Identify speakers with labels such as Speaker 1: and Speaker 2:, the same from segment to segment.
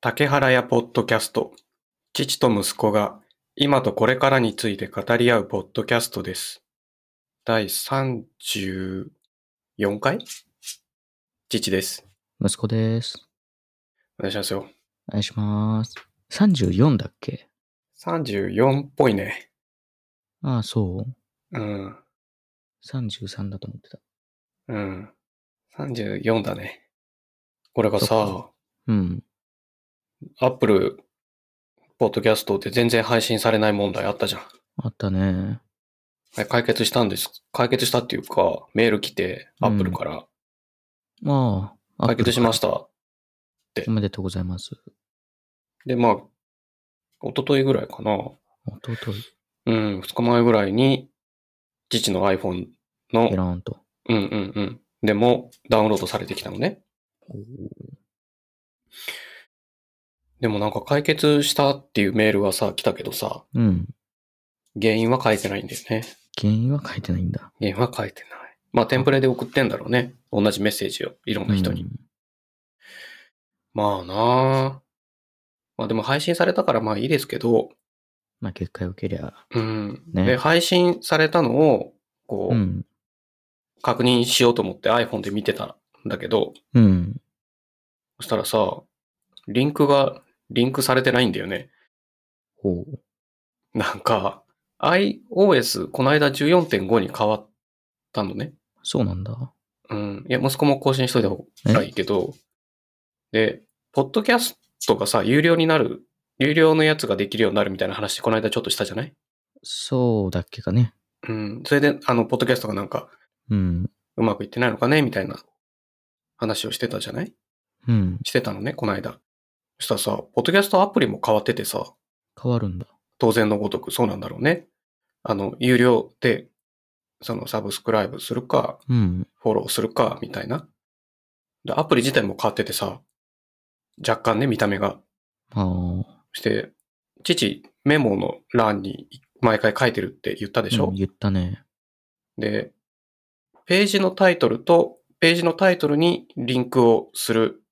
Speaker 1: 竹原屋ポッドキャスト父と息子が今とこれからについて語り合うポッドキャストです。第34回父です。
Speaker 2: 息子です。
Speaker 1: お願いしますよ。
Speaker 2: お願いします。34だっけ
Speaker 1: 34っぽいね。
Speaker 2: ああ、そ
Speaker 1: う
Speaker 2: う。
Speaker 1: ん。
Speaker 2: 33だと思ってた。
Speaker 1: うん。34だね。これが
Speaker 2: そ
Speaker 1: さ、
Speaker 2: うん。
Speaker 1: アップルポッドキャストって全然配信されない問題あったじゃん。
Speaker 2: あったね。
Speaker 1: あれ解決したんです。解決したっていうか、メール来て、アップルから、
Speaker 2: ああ。。
Speaker 1: 解決しましたた。
Speaker 2: おめでとうございます。
Speaker 1: で、まあ、一昨日ぐらいかな。
Speaker 2: おととい、
Speaker 1: うん、二日前ぐらいに、父の iPhone の
Speaker 2: ペ、ラーンと。
Speaker 1: うんうんうん、でもダウンロードされてきたのね。でもなんか解決したっていうメールがさ、来たけどさ、
Speaker 2: うん。
Speaker 1: 原因は書いてないんだよね。
Speaker 2: 原因は書いてないんだ。
Speaker 1: 原因は書いてない。まあ、テンプレで送ってんだろうね。同じメッセージを、いろんな人に。
Speaker 2: うん。
Speaker 1: まあなあまあでも配信されたからまあいいですけど、
Speaker 2: まあ、結果よけりゃ。
Speaker 1: うん。
Speaker 2: ね
Speaker 1: で、配信されたのを、こう、
Speaker 2: うん。
Speaker 1: 確認しようと思って iPhone で見てたんだけど、
Speaker 2: うん。
Speaker 1: そしたらさ、リンクが、リンクされてないんだよね。
Speaker 2: ほう。
Speaker 1: なんか、iOS、この間14.5に変わったのね。
Speaker 2: そうなんだ。
Speaker 1: うん。いや、息子も更新しといた方がいいけど、で、ポッドキャストがさ、有料になる、有料のやつができるようになるみたいな話、この間ちょっとしたじゃない
Speaker 2: そうだっけかね。
Speaker 1: うん。それで、あの、ポッドキャストがなんか、
Speaker 2: うん。
Speaker 1: うまくいってないのかねみたいな話をしてたじゃない
Speaker 2: うん。
Speaker 1: してたのね、この間。そしたらさ、ポッドキャストアプリも変わっててさ、
Speaker 2: 変わるんだ。
Speaker 1: 当然のごとくそうなんだろうね。あの、有料で、そのサブスクライブするか、
Speaker 2: うん。
Speaker 1: フォローするか、みたいな。で、アプリ自体も変わっててさ、若干ね、見た目が。
Speaker 2: ああ。
Speaker 1: して、父、メモの欄に毎回書いてるって言ったでし
Speaker 2: う
Speaker 1: ょ
Speaker 2: ん、、言ったね。
Speaker 1: で、ページのタイトルと、ページのタイトルにリンクをする。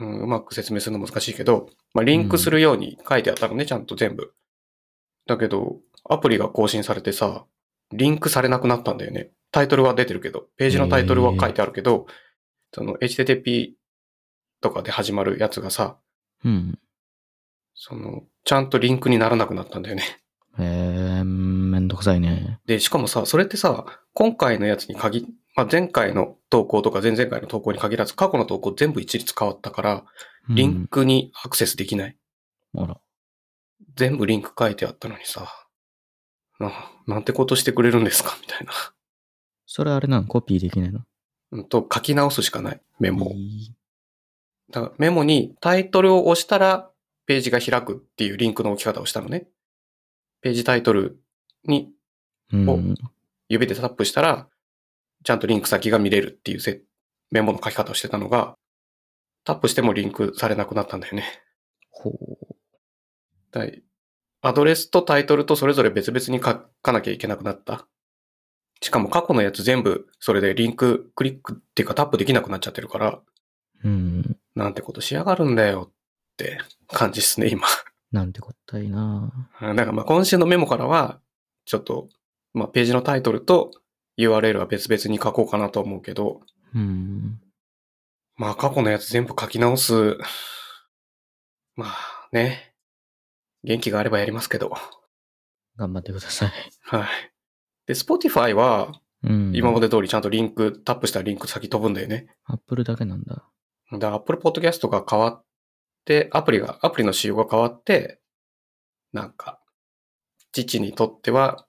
Speaker 1: うん、うまく説明するの難しいけど、まあ、リンクするように書いてあったのね、ちゃんと全部。だけど、アプリが更新されてさ、リンクされなくなったんだよね。タイトルは出てるけど、ページのタイトルは書いてあるけど、その HTTP とかで始まるやつがさ、
Speaker 2: うん。
Speaker 1: その、ちゃんとリンクにならなくなったんだよね。
Speaker 2: えー、めんどくさいね。
Speaker 1: で、しかもさ、それってさ、今回のやつに限、まあ、前回の投稿とか前々回の投稿に限らず、過去の投稿全部一律変わったから、
Speaker 2: うん
Speaker 1: リン。クにアクセスできない。
Speaker 2: あら。
Speaker 1: 全部リンク書いてあったのにさ、な、なんてことしてくれるんですかみ たいな。
Speaker 2: それあれなのコピーできないの
Speaker 1: うんと、書き直すしかない。メモを。
Speaker 2: いい
Speaker 1: だからメモにタイトルを押したら、ページが開くっていうリンクの置き方をしたのね。ページタイトルに
Speaker 2: うん。
Speaker 1: 指でタップしたら、ちゃんとリンク先が見れるっていうせメモの書き方をしてたのが、タップしてもリンクされなくなったんだよね。
Speaker 2: ほ
Speaker 1: だいアドレスとタイトルとそれぞれ別々に書かなきゃいけなくなった。しかも過去のやつ全部それでリンククリックっていうかタップできなくなっちゃってるから、
Speaker 2: う。うん。
Speaker 1: なんてことしやがるんだよって感じっすね、今。
Speaker 2: なんてこったいな
Speaker 1: だからまあ今週のメモからは、ちょっと、まあページのタイトルと URL は別々に書こうかなと思うけど、
Speaker 2: うん。
Speaker 1: まあ過去のやつ全部書き直す。まあね。元気があればやりますけど。
Speaker 2: 頑張ってください。
Speaker 1: はい。で、Spotify は
Speaker 2: うん。
Speaker 1: 今ま
Speaker 2: で。
Speaker 1: で通りちゃんとリンク、タップしたらリンク先飛ぶんだよね。
Speaker 2: アップルだけなんだ。
Speaker 1: だから Apple Podcast が変わって、アプリが、アプリの仕様が変わって、なんか、父にとっては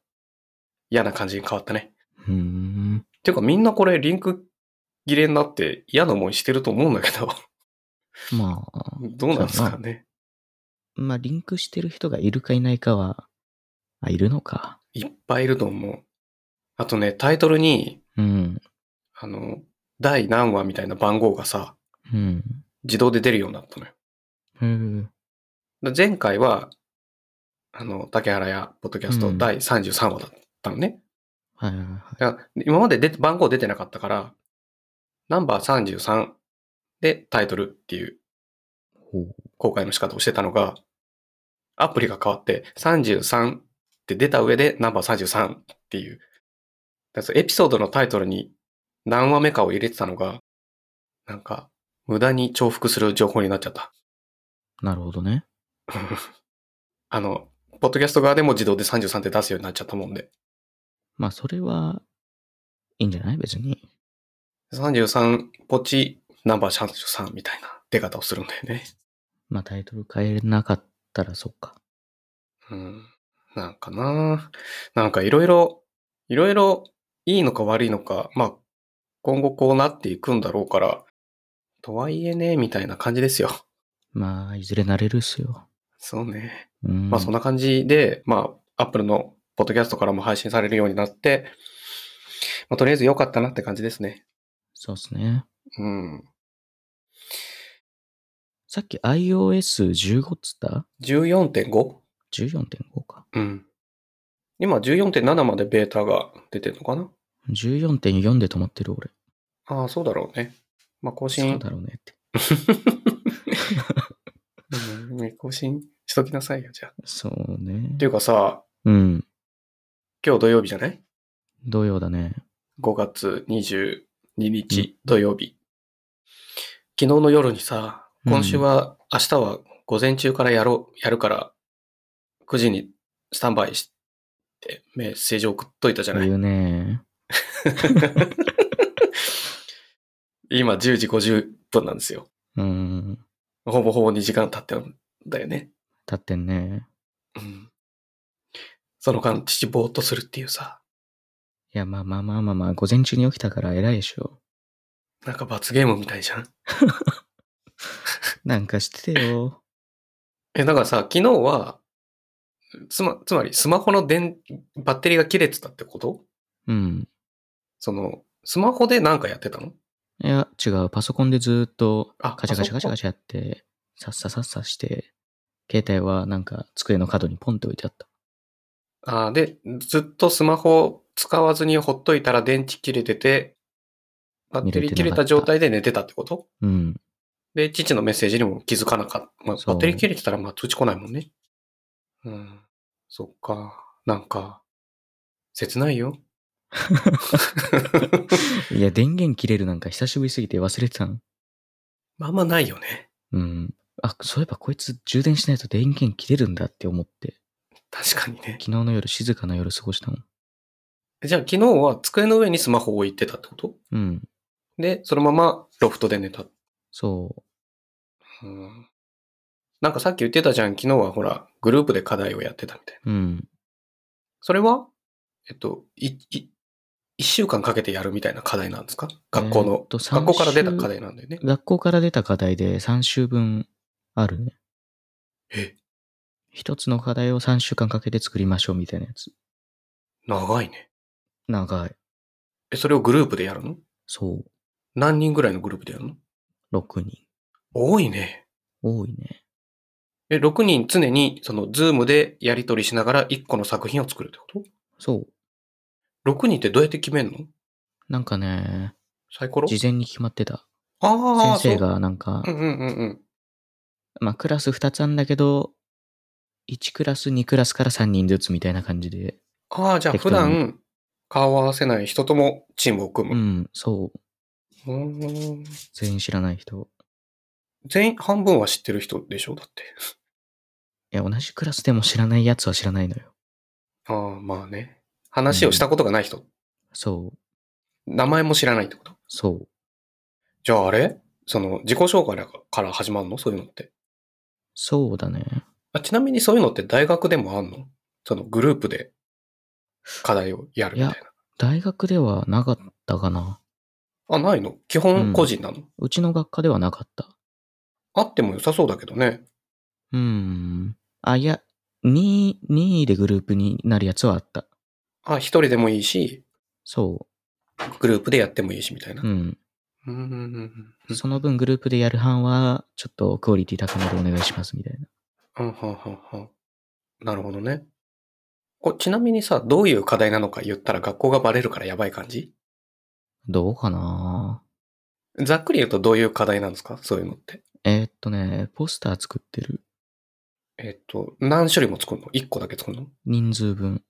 Speaker 1: 嫌な感じに変わったね。
Speaker 2: うん。
Speaker 1: ていうかみんなこれリンク切れになって嫌な思いしてると思うんだけど、
Speaker 2: まあ、
Speaker 1: どうなんですかね。
Speaker 2: まあ、リンクしてる人がいるかいないかは、あ、いるのか。
Speaker 1: いっぱいいると思う。あとね、タイトルに、
Speaker 2: うん。
Speaker 1: あの、第何話みたいな番号がさ、
Speaker 2: うん。
Speaker 1: 自動で出るようになったのよ。
Speaker 2: へー
Speaker 1: だ前回は、あの、竹原屋、ポッドキャス
Speaker 2: う
Speaker 1: ト
Speaker 2: ん
Speaker 1: 第33話だったのね。
Speaker 2: はいはいはい。
Speaker 1: だから今までで番号出てなかったから、ナンバー33でタイトルっていう
Speaker 2: ほう。
Speaker 1: 公開の仕方をしてたのが、アプリが変わって33って出た上でナンバー33っていう。だからそのエピソードのタイトルに何話目かを入れてたのが、なんか、無駄に重複する情報になっちゃった。
Speaker 2: なるほどね。
Speaker 1: あの、ポッドキャスト側でも自動で33って出すようになっちゃったもんで。
Speaker 2: まあ、それは、いいんじゃない別に。
Speaker 1: 33ポチナンバー33みたいな出方をするんだよね。
Speaker 2: まあ、タイトル変えれなかったらそっか。
Speaker 1: うん。なんかななんかいろいろ、いろいろいいのか悪いのか、まあ、今後こうなっていくんだろうから、とはいえね、みたいな感じですよ。
Speaker 2: まあ、いずれ慣れるっすよ。
Speaker 1: そうね。
Speaker 2: うん。
Speaker 1: まあそんな感じで、まあ、Apple のポッドキャストからも配信されるようになって、まあとりあえず良かったなって感じですね。
Speaker 2: そうっすね。
Speaker 1: うん。
Speaker 2: さっき iOS15 っつった
Speaker 1: 14.5?
Speaker 2: ?14.5 か。
Speaker 1: うん。今14.7までベータが出てるのかな
Speaker 2: 14.4で止まってる俺。
Speaker 1: ああ、そうだろうね。まあ更
Speaker 2: そう
Speaker 1: 新
Speaker 2: だろうねって。
Speaker 1: うんね更新しときなさいよ、じゃあ。
Speaker 2: そうね
Speaker 1: ってい。うかさ、
Speaker 2: うん。
Speaker 1: 今日土曜日じゃない
Speaker 2: 同様だね。
Speaker 1: ?5 月22日土曜日。昨日の夜にさ、今週は、明日は午前中からやろう、やるから、9時にスタンバイして、メッセージ送っといたじゃない、
Speaker 2: 言うね。
Speaker 1: 今10時50分なんですよ。
Speaker 2: うん。
Speaker 1: ほぼほぼ2時間経ってるんだよね。
Speaker 2: 立ってんね。
Speaker 1: うん。その間、父ぼーっとするっていうさ、
Speaker 2: いや、まあまあまあまあまあ、午前中に起きたから偉いでしょ。
Speaker 1: なんか罰ゲームみたいじゃん
Speaker 2: なんかしてて よ。
Speaker 1: え、だからさ、昨日は、つま、つまりスマホの電、バッテリーが切れてたってこと
Speaker 2: うん。
Speaker 1: その、スマホでなんかやってたの
Speaker 2: いや、違う。パソコンでずーっと
Speaker 1: あ
Speaker 2: カチャカチャ
Speaker 1: パソ
Speaker 2: カチ
Speaker 1: コン
Speaker 2: ャカチャやって、さっささっさして、携帯はなんか机の角にポンって置いてあった。
Speaker 1: あーで、ずっとスマホを使わずにほっといたら電池切れてて、バッテリー切れた状態で寝てたってこと
Speaker 2: うん。
Speaker 1: で、父のメッセージにも気づかなかった。まあ、
Speaker 2: そう
Speaker 1: バッテリー切れてたら、まあ、通知来ないもんね。うん。そっか。なんか、切ない よ。
Speaker 2: いや、電源切れるなんか久しぶりすぎて忘れてたん。
Speaker 1: まああんまないよね。
Speaker 2: うん。あ、そういえばこいつ充電しないと電源切れるんだって思って、
Speaker 1: 確かにね。
Speaker 2: 昨日の夜静かな夜過ごしたの。
Speaker 1: じゃあ昨日は机の上にスマホを置いてたってこと
Speaker 2: うん。
Speaker 1: で、そのままロフトで寝た。
Speaker 2: そ
Speaker 1: うんなんかさっき言ってたじゃん、昨日はほら、グループで課題をやってたみたいな。
Speaker 2: う。うん。
Speaker 1: それは、えっと、い、い、一週間かけてやるみたいな課題なんですか学校
Speaker 2: えーっ
Speaker 1: の、
Speaker 2: と
Speaker 1: 学校から出た課。
Speaker 2: 三週
Speaker 1: 題なんだよね。
Speaker 2: 学校から出た課題で3週分あるね。
Speaker 1: え、
Speaker 2: 一つの課題を3週間かけて作りましょうみたいなやつ。
Speaker 1: 長いね。
Speaker 2: 長い。
Speaker 1: え、それをグループでやるの
Speaker 2: そ
Speaker 1: 何人ぐらいのグループでやるの
Speaker 2: う。6人。
Speaker 1: 多いね。
Speaker 2: 多いね。
Speaker 1: え、6人常に、その、ズームでやり取りしながら1個の作品を作るってこ
Speaker 2: そう。
Speaker 1: と ?6 人ってどうやって決めんの
Speaker 2: なんかね、
Speaker 1: サイコロ
Speaker 2: 事前に決まってた。
Speaker 1: ああ、
Speaker 2: 先生がなんか
Speaker 1: そう。う、んうんうんうん。
Speaker 2: まあクラス2つあんだけど、1クラス、2クラスから3人ずつみたいな感じで。
Speaker 1: ああ、じゃあ
Speaker 2: 適
Speaker 1: 普
Speaker 2: 当に
Speaker 1: 段顔を合わせない人ともチームを組
Speaker 2: う
Speaker 1: む。
Speaker 2: ん、そう。
Speaker 1: うーん
Speaker 2: 全員知らない人。
Speaker 1: 全員半分は知ってる人でしょだって。
Speaker 2: いや、同じクラスでも知らないやつは知らないのよ。
Speaker 1: ああ、まあね。話をしたことがない人。
Speaker 2: そう。
Speaker 1: 名前も知らないってこと。
Speaker 2: そう。
Speaker 1: じゃああれその自己紹介から始まるのそういうのって。
Speaker 2: そうだね。
Speaker 1: あちなみにそういうのって大学でもあんのそのグループで課題をやるみたい
Speaker 2: い
Speaker 1: な。
Speaker 2: 大学ではなかったかな。
Speaker 1: あ、ないの基本個人なの、
Speaker 2: うちの学科ではなかった。
Speaker 1: あっても良さそうだけどね。
Speaker 2: うーん。あ、いや、2、2位でグループになるやつはあった。
Speaker 1: あ、一人でもいいし、
Speaker 2: そ
Speaker 1: グループでやってもいいしみたいな。
Speaker 2: う。うん。
Speaker 1: うんうんうんうん
Speaker 2: その分グループでやる班は、ちょっとクオリティ高めでお願いしますみたいな。
Speaker 1: うん、はんはんはん。なるほどね。こちなみにさ、どういう課題なのか言ったら学校がバレるからやばい感じ
Speaker 2: どうかな
Speaker 1: ざっくり言うとどういう課題なんですかそういうのって。
Speaker 2: えーっとね、ポスター作ってる。
Speaker 1: えっと、何種類も作るの ?1 個だけ作るの
Speaker 2: 人数分。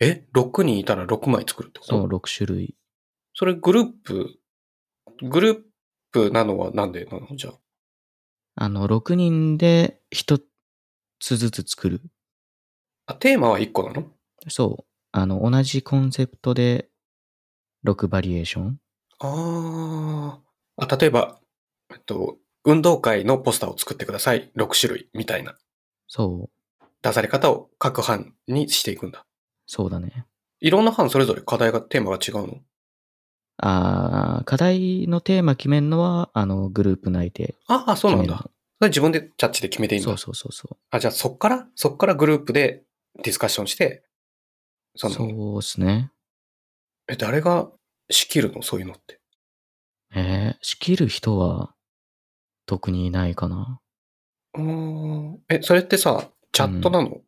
Speaker 1: え ?6 人いたら6枚作るってこと
Speaker 2: そう、6種類。
Speaker 1: それグループ、グループなのはなんでなのじゃあ。
Speaker 2: あの、6人で1つずつ作る。
Speaker 1: あ、テーマは1個なの
Speaker 2: そう。あの、同じコンセプトで6バリエーション。
Speaker 1: ああ。あ、例えば、えっと、運動会のポスターを作ってください。6種類みたいな
Speaker 2: そう。
Speaker 1: 出され方を各班にしていくんだ。
Speaker 2: そうだね。
Speaker 1: いろんな班それぞれ課題が、テーマが違うの
Speaker 2: あー課題のテーマ決めるのは、あの、グループ内で
Speaker 1: ああ、そうな
Speaker 2: 決
Speaker 1: ん
Speaker 2: める
Speaker 1: だ。
Speaker 2: の。
Speaker 1: それ自分でジャッジで決めていいんだ。
Speaker 2: そうそうそうそう。
Speaker 1: あ、じゃあそっから、そっからグループでディスカッションして、その、
Speaker 2: そうですね。
Speaker 1: え、誰が仕切るのそういうのって。
Speaker 2: えー、仕切る人は、特にいないかな。
Speaker 1: うーんえ、それってさ、チャットなの、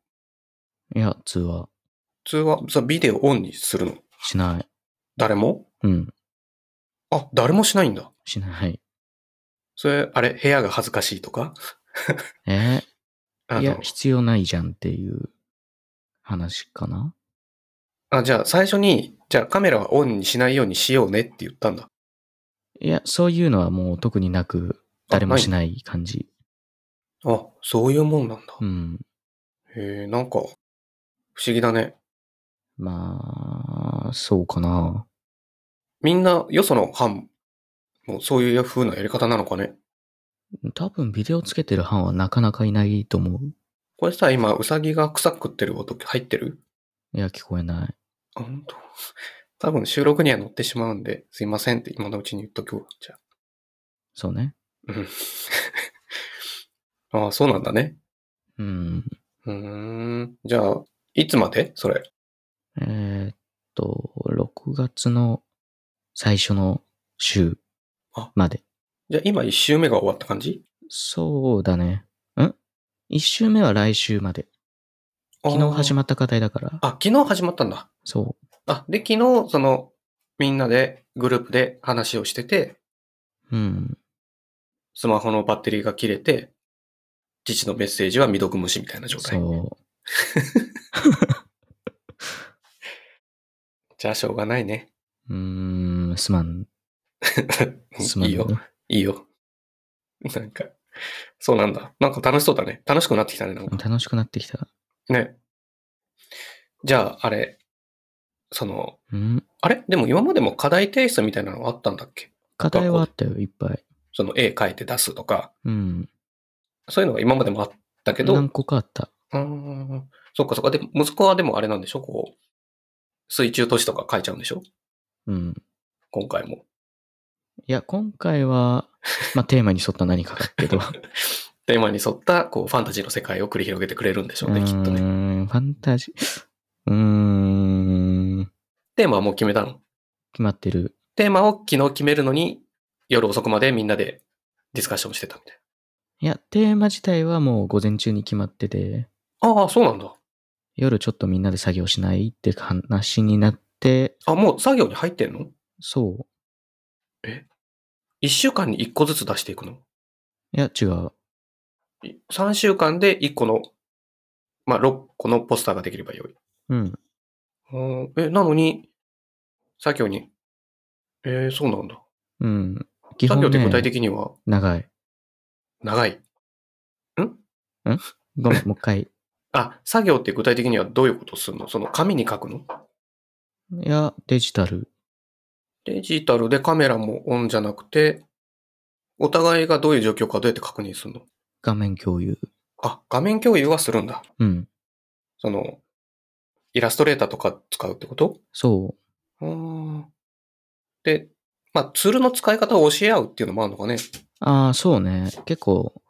Speaker 2: いや、通話
Speaker 1: 通話、さ、ビデオオンにするの
Speaker 2: しない。
Speaker 1: 誰も
Speaker 2: うん、
Speaker 1: あ、誰もしないんだ。
Speaker 2: しない。
Speaker 1: それ、あれ、部屋が恥ずかしいとか
Speaker 2: え
Speaker 1: あ
Speaker 2: ー、
Speaker 1: の
Speaker 2: いや、必要ないじゃんっていう話かな。
Speaker 1: あ、じゃあ最初に、じゃあカメラはオンにしないようにしようねって言ったんだ。
Speaker 2: いや、そういうのはもう特になく、誰もしない感じ。
Speaker 1: あ、そういうもんなんだ。
Speaker 2: うん。
Speaker 1: へえ、なんか、不思議だね。
Speaker 2: まあ、そうかな。
Speaker 1: みんな、よその班もそういう風なやり方なのかね。
Speaker 2: 多分ビデオつけてる班はなかなかいないと思う。
Speaker 1: これさ、今、ウサギが草食ってる音入ってる
Speaker 2: いや、聞こえない。
Speaker 1: あ、本当。多分収録には乗ってしまうんで、すいませんって今のうちに言っときう。じゃ
Speaker 2: そうね。
Speaker 1: あ。ああ、そうなんだね。
Speaker 2: うん。
Speaker 1: うーん。じゃあ、いつまでそれ。
Speaker 2: えーっと、6月の最初の週
Speaker 1: あ
Speaker 2: まで。
Speaker 1: じゃあ今一周目が終わった感じ
Speaker 2: そうだね。ん一週目は来週まで。昨日始
Speaker 1: ま
Speaker 2: まった課題だから。
Speaker 1: あ、昨日始まったんだ。
Speaker 2: そ
Speaker 1: あ、で、昨日、その、みんなで、グループで話をしてて、
Speaker 2: う。うん。
Speaker 1: スマホのバッテリーが切れて、父のメッセージは未読無視みたいな状態。
Speaker 2: そう。
Speaker 1: じゃあ、しょうがないね。
Speaker 2: うーん、すまん。すまん
Speaker 1: いいよ。いいよ。なんか、そうなんだ。なんか楽しそうだね。楽しくなってきたね、なんか。
Speaker 2: 楽しくなってきた。
Speaker 1: ね。じゃあ、あれ、その、
Speaker 2: うん。
Speaker 1: あれでも今までも課題提出みたいなのあったんだっけ
Speaker 2: 課題はあったよ、いっぱい。
Speaker 1: その絵描いて出すとか、
Speaker 2: うん。
Speaker 1: そういうのが今までもあったけど、
Speaker 2: 何
Speaker 1: う
Speaker 2: 個かあった。
Speaker 1: ーん、そっかそっか。で、息子はでもあれなんでしょこう、水中都市とか描いちゃうんでしょ
Speaker 2: うん。
Speaker 1: 今回も。
Speaker 2: いや、今回は、まあ、テーマに沿った何かだけ ど。
Speaker 1: テーマに沿った、こう、ファンタジーの世界を繰り広げてくれるんでしょうね、
Speaker 2: う
Speaker 1: きっとね。
Speaker 2: ーん、ファンタジー。うーん、
Speaker 1: テーマはもう決めたの
Speaker 2: 決まってる。
Speaker 1: テーマを昨日決めるのに、夜遅くまでみんなでディスカッションしてたみたい
Speaker 2: いや、テーマ自体はもう午前中に決まってて、
Speaker 1: な。ああ、そうなんだ。
Speaker 2: 夜ちょっとみんなで作業しないって話になって、
Speaker 1: あ、もう作業に入ってんの
Speaker 2: そ
Speaker 1: 一週間に一個ずつ出していくの
Speaker 2: う。いや、違う。
Speaker 1: い三週間で一個の、まあ、六個のポスターができればよい。
Speaker 2: うん。
Speaker 1: うんえ、なのに、作業に、えー、そうなんだ。
Speaker 2: うん。基
Speaker 1: 作業
Speaker 2: 本、
Speaker 1: って
Speaker 2: ね、
Speaker 1: 具体的には
Speaker 2: 長い。
Speaker 1: 長い。
Speaker 2: ごめん、もう一回。い
Speaker 1: あ、作業って具体的にはどういうことするのその紙に書くの
Speaker 2: や、デジタル。
Speaker 1: デジタルでカメラもオンじゃなくて、お互いがどういう状況かどうやって確認するの
Speaker 2: 画面共有。
Speaker 1: あ、画面共有はするんだ。
Speaker 2: うん。
Speaker 1: その、イラストレーターとか使うってこと
Speaker 2: そう
Speaker 1: ーん。で、まあ、ツールの使い方を教え合うっていうのもあるのかね。
Speaker 2: う。ああ、そうね。結構、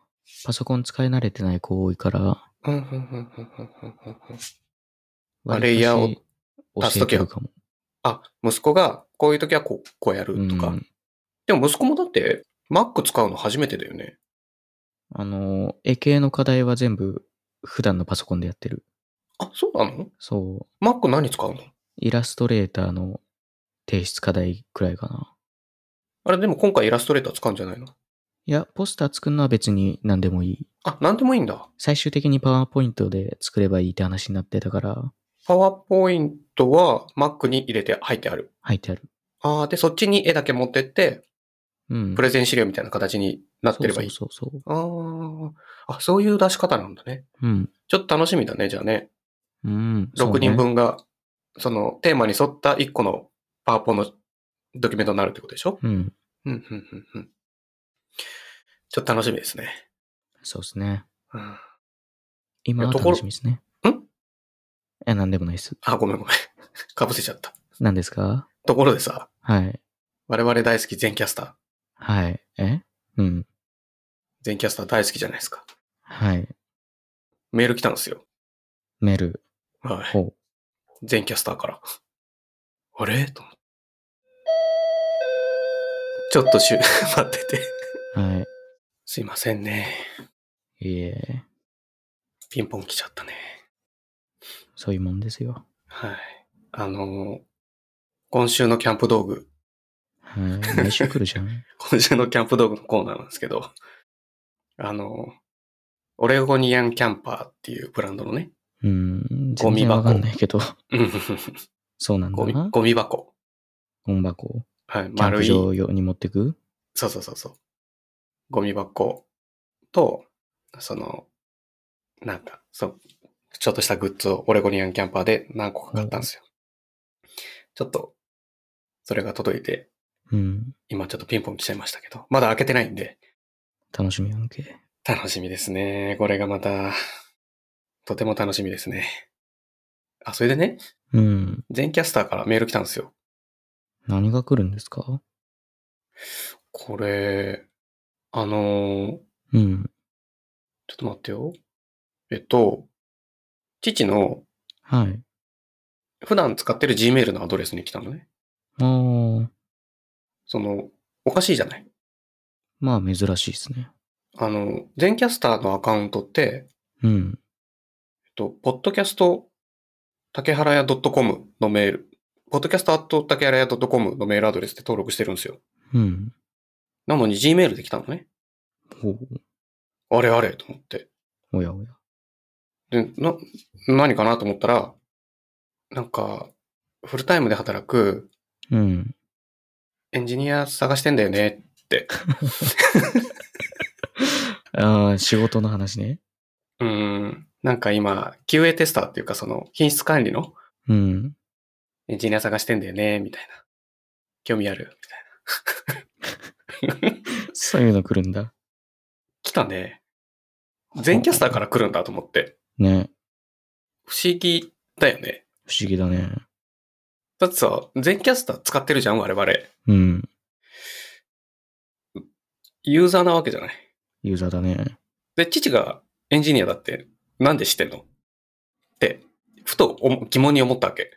Speaker 2: パソコン使い慣れてない子多いから、
Speaker 1: うんうんうんうんうんうんうんうんまあ
Speaker 2: 割
Speaker 1: レイヤーを
Speaker 2: と
Speaker 1: 足
Speaker 2: し
Speaker 1: す
Speaker 2: 教
Speaker 1: とき
Speaker 2: えて
Speaker 1: は
Speaker 2: るかも。
Speaker 1: あ、息子が、こういう時はこう、こうやるとか。
Speaker 2: うん
Speaker 1: でも息子もだって、Mac 使うの初めてだよね。
Speaker 2: あの、絵系の課題は全部普段のパソコンでやってる。
Speaker 1: あ、そうなの
Speaker 2: そう。
Speaker 1: ?Mac 何使うの
Speaker 2: イラストレーターの提出課題くらいかな。
Speaker 1: あれでも今回イラストレーター使うんじゃないの
Speaker 2: いや、ポスター作るのは別に何でもいい。
Speaker 1: あ、なんでもいいんだ。
Speaker 2: 最終的にパワーポイントで作ればいいって話になってたから、
Speaker 1: パワーポイントは Mac に入れて入ってある。
Speaker 2: 入ってある。
Speaker 1: ああ、で、そっちに絵だけ持ってって、
Speaker 2: うん。
Speaker 1: プレゼン資料みたいな形になってればいい。
Speaker 2: そうそうそうそ
Speaker 1: ああ、あ、そういう出し方なんだね。
Speaker 2: う。うん。
Speaker 1: ちょっと楽しみだね、じゃあね。
Speaker 2: うん。そう
Speaker 1: 6
Speaker 2: ね
Speaker 1: 人。分が、そのテーマに沿った1個のパワポのドキュメントになるってことでしょ
Speaker 2: うん。
Speaker 1: うん、うん、うん、うん。ちょっと楽しみですね。
Speaker 2: そうですね。
Speaker 1: うん
Speaker 2: 今は
Speaker 1: ところ
Speaker 2: 楽しみですね。
Speaker 1: ん
Speaker 2: いや、なんでもないです。
Speaker 1: あ、ごめんごめん。 かぶせちゃった。
Speaker 2: 何ですか
Speaker 1: ところでさ、
Speaker 2: はい。
Speaker 1: 我々大好き全キャスター。
Speaker 2: はい。えうん。
Speaker 1: 全キャスター大好きじゃないですか。
Speaker 2: はい。
Speaker 1: メール来たんですよ。
Speaker 2: メル。
Speaker 1: はい。
Speaker 2: ほ
Speaker 1: 全キャスターから。あれと思って。ちょっとしゅ、 待ってて。
Speaker 2: う。は
Speaker 1: すいませんね。
Speaker 2: い。いえ、
Speaker 1: ピンポン来ちゃったね。
Speaker 2: そういうもんですよ。
Speaker 1: はい。あのー今週のキャンプ道具、
Speaker 2: はい。毎週来るじゃん。
Speaker 1: 今週のキャンプ道具のコーナーなんですけど、あのーオレゴニアンキャンパーっていうブランドのね、
Speaker 2: うん。
Speaker 1: ゴ
Speaker 2: 全
Speaker 1: ミ
Speaker 2: 然わ
Speaker 1: 箱
Speaker 2: かんないけど。
Speaker 1: うん
Speaker 2: そうなんだ
Speaker 1: ゴミ
Speaker 2: な。
Speaker 1: ゴミ箱。
Speaker 2: ゴミ箱。
Speaker 1: はい、
Speaker 2: キャン
Speaker 1: 丸
Speaker 2: プ
Speaker 1: い。
Speaker 2: 場用に持ってく
Speaker 1: そうそうそうそう。ゴミ箱と、その、なんか、そう、ちょっとしたグッズをオレゴニアンキャンパーで何個か買ったんですよ。ちょっと、それが届いて、
Speaker 2: うん。
Speaker 1: 今ちょっとピンポン来ちゃいましたけど、まだ開けてないんで、
Speaker 2: 楽しみやんけ。
Speaker 1: 楽しみですね。これがまた、とても楽しみですね。あ、それでね、
Speaker 2: うん。
Speaker 1: 全キャスターからメール来たんですよ。
Speaker 2: 何が来るんですか
Speaker 1: これ、あのー
Speaker 2: うん。
Speaker 1: ちょっと待ってよ。えっと、父の
Speaker 2: はい。
Speaker 1: 普段使ってる Gmail のアドレスに来たのね。
Speaker 2: あー。
Speaker 1: その、おかしいじゃない
Speaker 2: まあ、珍しいですね。
Speaker 1: あの、全キャスターのアカウントって、
Speaker 2: うん。
Speaker 1: えっと、ポッドキャスト、竹原屋 .com のメール、ポッドキャストアット竹原屋 .com のメールアドレスで登録してるんですよ。
Speaker 2: うん。
Speaker 1: なのに Gmail で来たのね。
Speaker 2: ほう。
Speaker 1: あれあれと思って。
Speaker 2: おやおや。
Speaker 1: で、な、何かなと思ったら、なんか、フルタイムで働く
Speaker 2: うん。
Speaker 1: エンジニア探してんだよね。
Speaker 2: ああ、仕事の話ね。
Speaker 1: うーん。なんか今、QA テスターっていうかその品質管理の
Speaker 2: うん。
Speaker 1: エンジニア探してんだよね、みたいな。興味あるみたいな。
Speaker 2: そういうの来るんだ。
Speaker 1: 来たね。全キャスターから来るんだと思って。
Speaker 2: ね。
Speaker 1: 不思議だよね。
Speaker 2: 不思議だね。
Speaker 1: だってさ、全キャスター使ってるじゃん、我々。
Speaker 2: うん。
Speaker 1: ユーザーなわけじゃない。
Speaker 2: ユーザーだね。
Speaker 1: で、父がエンジニアだって、なんで知ってんのって、ふと思疑問に思ったわけ。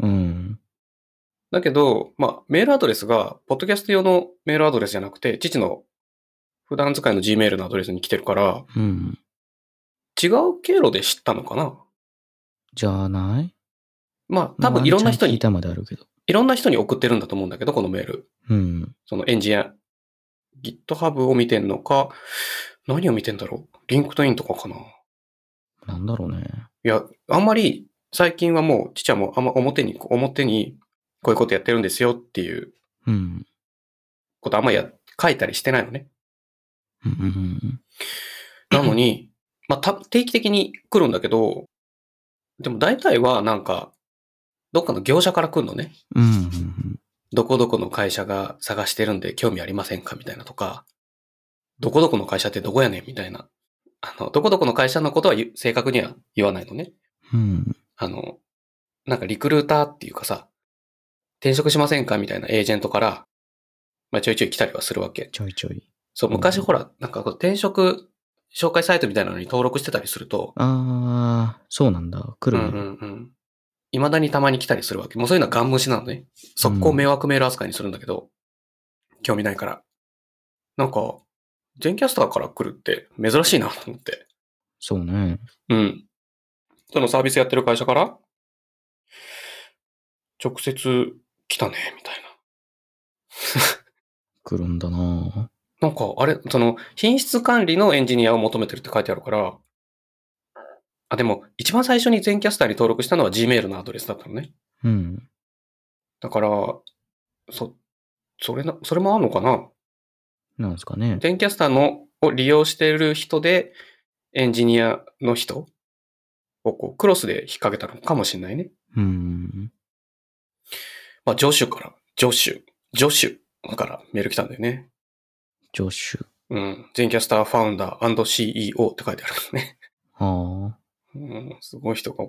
Speaker 2: うん。
Speaker 1: だけど、まあ、メールアドレスが、ポッドキャスト用のメールアドレスじゃなくて、父の普段使いの Gmail のアドレスに来てるから、
Speaker 2: うん。
Speaker 1: 違う経路で知ったのかな
Speaker 2: じゃあない
Speaker 1: まあ、多分いろんな人
Speaker 2: まあワンチャン聞
Speaker 1: に
Speaker 2: い、たまであるけど。
Speaker 1: いろんな人に送ってるんだと思うんだけど、このメール。
Speaker 2: うん。
Speaker 1: そのエンジニア、GitHub を見てんのか、何を見てんだろうリンクトインとかかない
Speaker 2: なんだろうね。
Speaker 1: や、あんまり最近はもう、父はもうあんま表に、表にこういうことやってるんですよっていう
Speaker 2: うん。
Speaker 1: ことあんまや、書いたりしてないのね。
Speaker 2: うんうん
Speaker 1: なのに、まあ、た定期的に来るんだけど、でも大体はなんか、どっかの業者から来るのね。
Speaker 2: うん。うんうんうん。
Speaker 1: どこどこの会社が探してるんで興味ありませんかみたいなとか、どこどこの会社ってどこやねんみたいな。あの、どこどこの会社のことは言う正確には言わないのね。
Speaker 2: うん。
Speaker 1: あの、なんかリクルーターっていうかさ、転職しませんかみたいなエージェントから、まあちょいちょい来たりはするわけ。
Speaker 2: ちょいちょい。
Speaker 1: そう、昔ほら、なんかこう転職紹介サイトみたいなのに登録してたりすると、
Speaker 2: ああ、そうなんだ。来
Speaker 1: うん
Speaker 2: る
Speaker 1: う
Speaker 2: ね。
Speaker 1: んうん。未だにたまに来たりするわけ。もうそういうのはガン無視なのね。速攻迷惑メール扱いにするんだけど、興味ないから。なんか、全キャスターから来るって珍しいなと思って。
Speaker 2: そうね。
Speaker 1: うん。そのサービスやってる会社から、直接来たね、みたいな。
Speaker 2: 来るんだな
Speaker 1: なんか、あれ、その、品質管理のエンジニアを求めてるって書いてあるから、あ、でも、一番最初に全キャスターに登録したのは Gmail のアドレスだったのね。
Speaker 2: うん。
Speaker 1: だから、そ、それな、それもあるのかな
Speaker 2: なんですかね。
Speaker 1: 全キャスターのを利用している人で、エンジニアの人をこう、クロスで引っ掛けたのかもしれないね。
Speaker 2: うん。
Speaker 1: まあ、ジョシュから、ジョシュ、ジョシュからメール来たんだよね。
Speaker 2: 助手。
Speaker 1: うん。全キャスターファウンダー &CEO って書いてあるね。
Speaker 2: ああ。
Speaker 1: うん、すごい人が、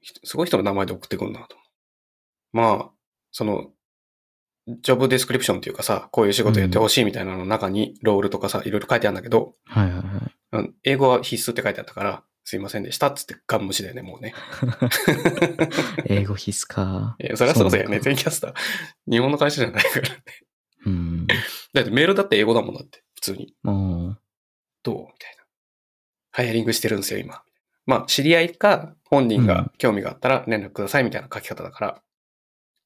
Speaker 1: ひすごい人の名前で送ってくるなと。まあ、その、ジョブディスクリプションっていうかさ、こういう仕事やってほしいみたいなのの中に、ロールとかさ、いろいろ書いてあるんだけど、
Speaker 2: はいはいはい。
Speaker 1: うん英語は必須って書いてあったから、すいませんでしたっつってガン無視だよね、もうね。
Speaker 2: 英語必須か。
Speaker 1: えそりゃそうだよね、
Speaker 2: そう
Speaker 1: 全キャスター。日本の会社じゃないから。
Speaker 2: うん。
Speaker 1: だってメールだって英語だもんだって、普通に。
Speaker 2: もう、
Speaker 1: どうみたいな。ハイアリングしてるんですよ、今。まあ、知り合いか本人
Speaker 2: うん
Speaker 1: が興味があったら連絡くださいみたいな書き方だから、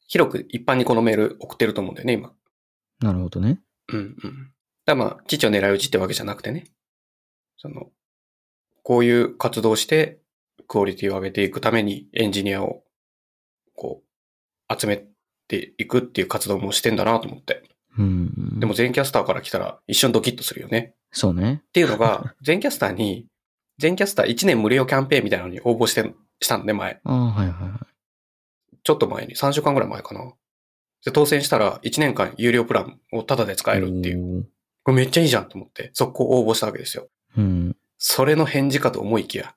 Speaker 1: 広く一般にこのメール送ってると思うんだよね、今。
Speaker 2: なるほどね。
Speaker 1: うんうん。だからまあ、父を狙い撃ちってわけじゃなくてね。その、こういう活動をして、クオリティを上げていくためにエンジニアを、こう、集めていくっていう活動もしてんだなと思って。
Speaker 2: うん。
Speaker 1: でも、全キャスターから来たら一瞬ドキッとするよね。
Speaker 2: そうね
Speaker 1: っ。ていうの が、全キャスターに、全キャスター1年無料キャンペーンみたいなのに応募して、したんで、前。
Speaker 2: ああ、はいはいはい。
Speaker 1: ちょっと前に、3週間ぐらい前かな。で、当選したら、1年間有料プランをタダで使えるっていう。
Speaker 2: う。
Speaker 1: これめっちゃいいじゃんと思って、速攻応募したわけですよ。
Speaker 2: うん。
Speaker 1: それの返事かと思いきや、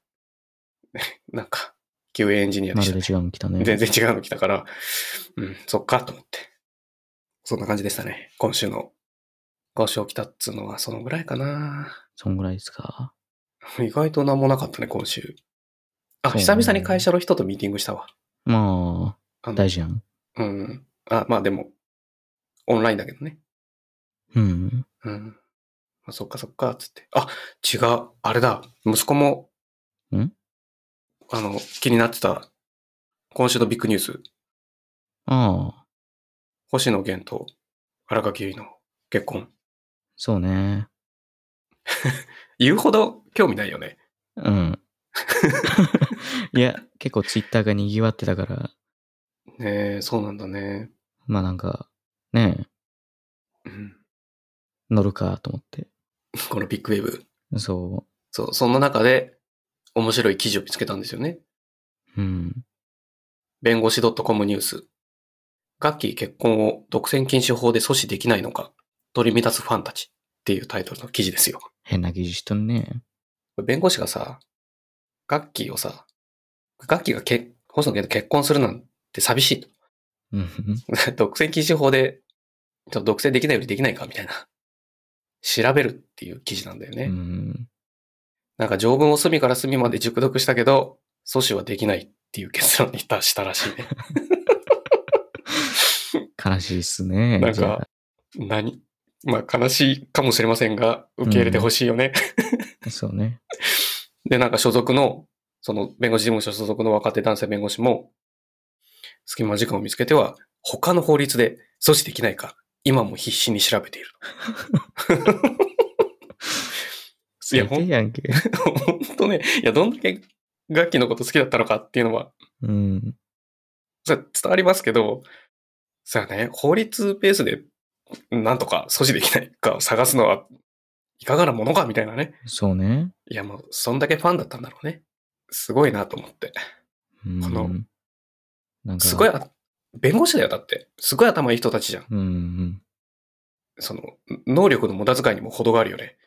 Speaker 1: なんか、QA エンジニアで
Speaker 2: ま
Speaker 1: し
Speaker 2: る
Speaker 1: た
Speaker 2: で
Speaker 1: ね。
Speaker 2: 違うの来たね。
Speaker 1: 全然違うの来たから、うん、そっかと思って。そんな感じでしたね。今週の、今週来たっつうのはそのぐらいかな。
Speaker 2: そんぐらいですか。
Speaker 1: 意外と何もなかったね、今週。あ、
Speaker 2: そうね
Speaker 1: 久々に会社の人とミーティングしたわ。
Speaker 2: ま
Speaker 1: あ
Speaker 2: あ、
Speaker 1: の
Speaker 2: 大事やん。
Speaker 1: うん。あ、まあでも、オンラインだけどね。
Speaker 2: うん。
Speaker 1: うん。まあ、そっかそっか、つって。あ、違う。あれだ。息子も、
Speaker 2: ん
Speaker 1: あの、気になってた、今週のビッグニュース、
Speaker 2: ああ、
Speaker 1: 星野源と荒垣結衣の結婚。
Speaker 2: そうね。
Speaker 1: 言うほど興味ないよね。
Speaker 2: うん。いや、結構ツイッターが賑わってたから、
Speaker 1: ねえ、そうなんだね。
Speaker 2: まあなんか、ねえ、
Speaker 1: うん。
Speaker 2: 乗るかと思って。
Speaker 1: このビッグウェブ。
Speaker 2: そ
Speaker 1: そう、そんな中で、面白い記事を見つけたんですよね。
Speaker 2: う。うん。
Speaker 1: 弁護士 .com ニュース。ガッキー結婚を独占禁止法で阻止できないのか、取り乱すファンたちっていうタイトルの記事ですよ。
Speaker 2: 変な記事しとんね。
Speaker 1: 弁護士がさ、ガッキーをさ、ガッキーがけ細野家と結婚するなんて寂しい と。
Speaker 2: うん。
Speaker 1: 独占禁止法で、ちょっと独占できないよりできないかみたいな。調べるっていう記事なんだよね。
Speaker 2: うん。
Speaker 1: なんか条文を隅から隅まで熟読したけど、阻止はできないっていう結論に達したらしい ね。
Speaker 2: 悲しいっすね。
Speaker 1: なん
Speaker 2: じゃ
Speaker 1: か、何まあ悲しいかもしれませんが、受け入れてほしいよね。
Speaker 2: あそうね。
Speaker 1: で、なんか所属の、その弁護士事務所所属の若手男性弁護士も、隙間時間を見つけては、他の法律で阻止できないか、今も必死に調べている。い や
Speaker 2: 最低やんけ。
Speaker 1: 本当ね、いや、どんだけ楽器のこと好きだったのかっていうのは、
Speaker 2: うん。
Speaker 1: それは伝わりますけど、さあね、法律ベースで、なんとか阻止できないかを探すのは、いかがなものかみたいなね。
Speaker 2: そうね。
Speaker 1: いやもう、そんだけファンだったんだろうね。すごいなと思って。
Speaker 2: うん。
Speaker 1: この
Speaker 2: なんか、
Speaker 1: すごいあ、弁護士だよ、だって。すごい頭いい人たちじゃん。
Speaker 2: うんうん。
Speaker 1: その、能力の無駄遣いにも程があるよね。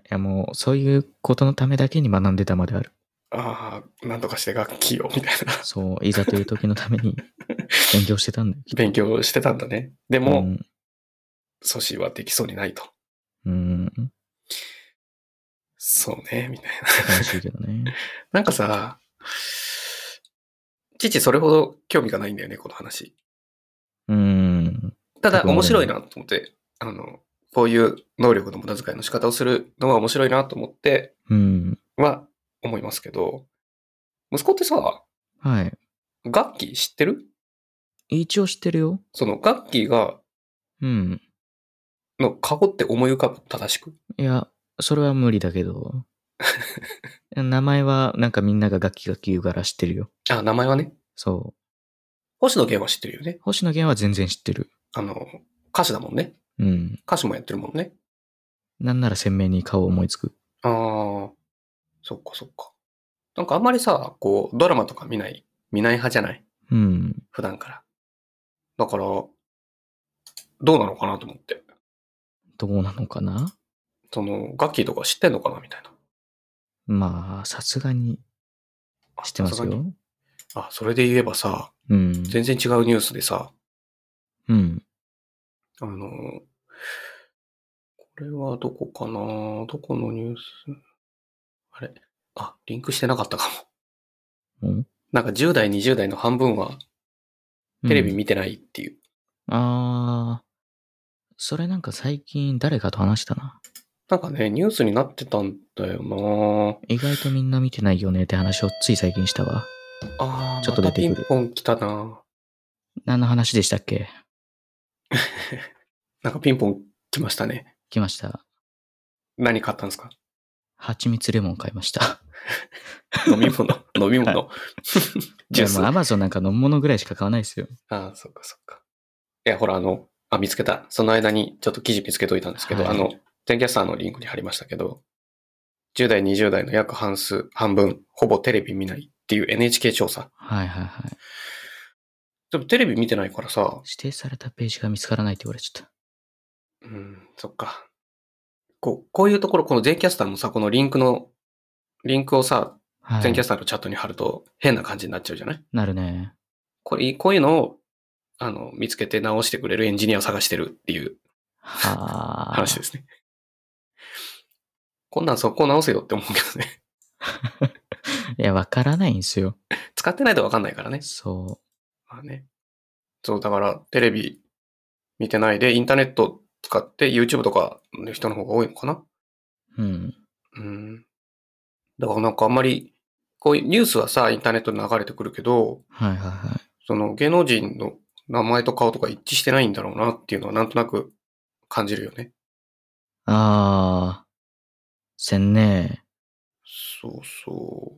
Speaker 2: いやもう、そういうことのためだけに学んでたまである。
Speaker 1: ああ、なんとかして楽器を、みたいな。
Speaker 2: そう、いざという時のために勉強してたんだよ。
Speaker 1: 勉強してたんだね。でも、
Speaker 2: うん
Speaker 1: 阻止はできそうにないと。
Speaker 2: うん。
Speaker 1: そうね、みたいな。
Speaker 2: 悲しいけどね。
Speaker 1: なんかさ、父それほど興味がないんだよね、この話。
Speaker 2: うん。
Speaker 1: ただ
Speaker 2: 多分
Speaker 1: 面白いなと思って、あの、こういう能力の無駄遣いの仕方をするのは面白いなと思って
Speaker 2: うん。
Speaker 1: は思いますけど、息子ってさ、
Speaker 2: はい。
Speaker 1: 楽器知ってる
Speaker 2: 一応知ってるよ。
Speaker 1: その楽器が
Speaker 2: うん。
Speaker 1: のカゴって思い浮かぶ正しく。
Speaker 2: いや、それは無理だ けど。名前はなんかみんながガキガキ言うから知ってるよ。
Speaker 1: あ、名前はね。
Speaker 2: そ
Speaker 1: 星野源は知ってるよね
Speaker 2: う。。星野源は全然知ってる。
Speaker 1: あの、歌手だもんね。
Speaker 2: うん。
Speaker 1: 歌手もやってるもんね。
Speaker 2: なんなら鮮明に顔思いつく。
Speaker 1: ああ、そっかそっか。なんかあんまりさ、こう、ドラマとか見ない、見ない派じゃない
Speaker 2: うん。
Speaker 1: 普段から。だから、どうなのかなと思って。
Speaker 2: どうなのかな
Speaker 1: その、ガッキーとか知ってんのかなみたいな。
Speaker 2: まあ、さすがに
Speaker 1: あ
Speaker 2: 知ってます
Speaker 1: さがに
Speaker 2: よ。
Speaker 1: あ、それで言えばさ、
Speaker 2: うん。
Speaker 1: 全然違うニュースでさ、
Speaker 2: うん。
Speaker 1: あのー、これはどこかなどこのニュースあれあ、リンクしてなかったかも。
Speaker 2: ん
Speaker 1: なんか10代、20代の半分はテレビ見てないっていう。
Speaker 2: うんああ。それなんか最近誰かと話したな。
Speaker 1: なんかね、ニュースになってたんだよな
Speaker 2: 意外とみんな見てないよねって話をつい最近したわ。
Speaker 1: あー
Speaker 2: ちょっと出てくる
Speaker 1: またピンポン来たな
Speaker 2: 何の話でしたっけ
Speaker 1: なんかピンポン来ましたね。
Speaker 2: 来ました。
Speaker 1: 何買ったんですか
Speaker 2: 蜂蜜レモン買いました。
Speaker 1: 飲み物、 飲み物。ジュース。
Speaker 2: いやもう
Speaker 1: あ
Speaker 2: アマゾンなんか飲み物ぐらいしか買わないですよ。
Speaker 1: あー、そっかそっか。いや、ほら、あの、あ、見つけた。その間にちょっと記事見つけといたんですけど、
Speaker 2: はい
Speaker 1: あの、テンキャスターのリンクに貼りましたけど、10代、20代の約半数、半分、ほぼテレビ見ないっていう NHK 調査。
Speaker 2: はいはいはい。
Speaker 1: でもテレビ見てないからさ、
Speaker 2: 指定されたページが見つからないって言われちゃった。
Speaker 1: うん、そっか。こう、こういうところ、この全キャスターもさ、このリンクの、リンクをさ、
Speaker 2: はい。
Speaker 1: 全キャスターのチャットに貼ると変な感じになっちゃうじゃない
Speaker 2: なるね。
Speaker 1: これ、こういうのを、あの、見つけて直してくれるエンジニアを探してるっていう
Speaker 2: はあ。
Speaker 1: 話ですね。こんなん速攻直せよって思うけどね。
Speaker 2: いや、わからないんですよ。
Speaker 1: 使ってないとわかんないからね。
Speaker 2: そ
Speaker 1: まあね。そう、だから、テレビ見てないで、インターネット使って YouTube とかの人の方が多いのかな
Speaker 2: う。うん。
Speaker 1: うん。だからなんかあんまり、こういうニュースはさ、インターネットで流れてくるけど、
Speaker 2: はいはいはい。
Speaker 1: その芸能人の名前と顔とか一致してないんだろうなっていうのはなんとなく感じるよね。
Speaker 2: ああ。せんね。
Speaker 1: そうそ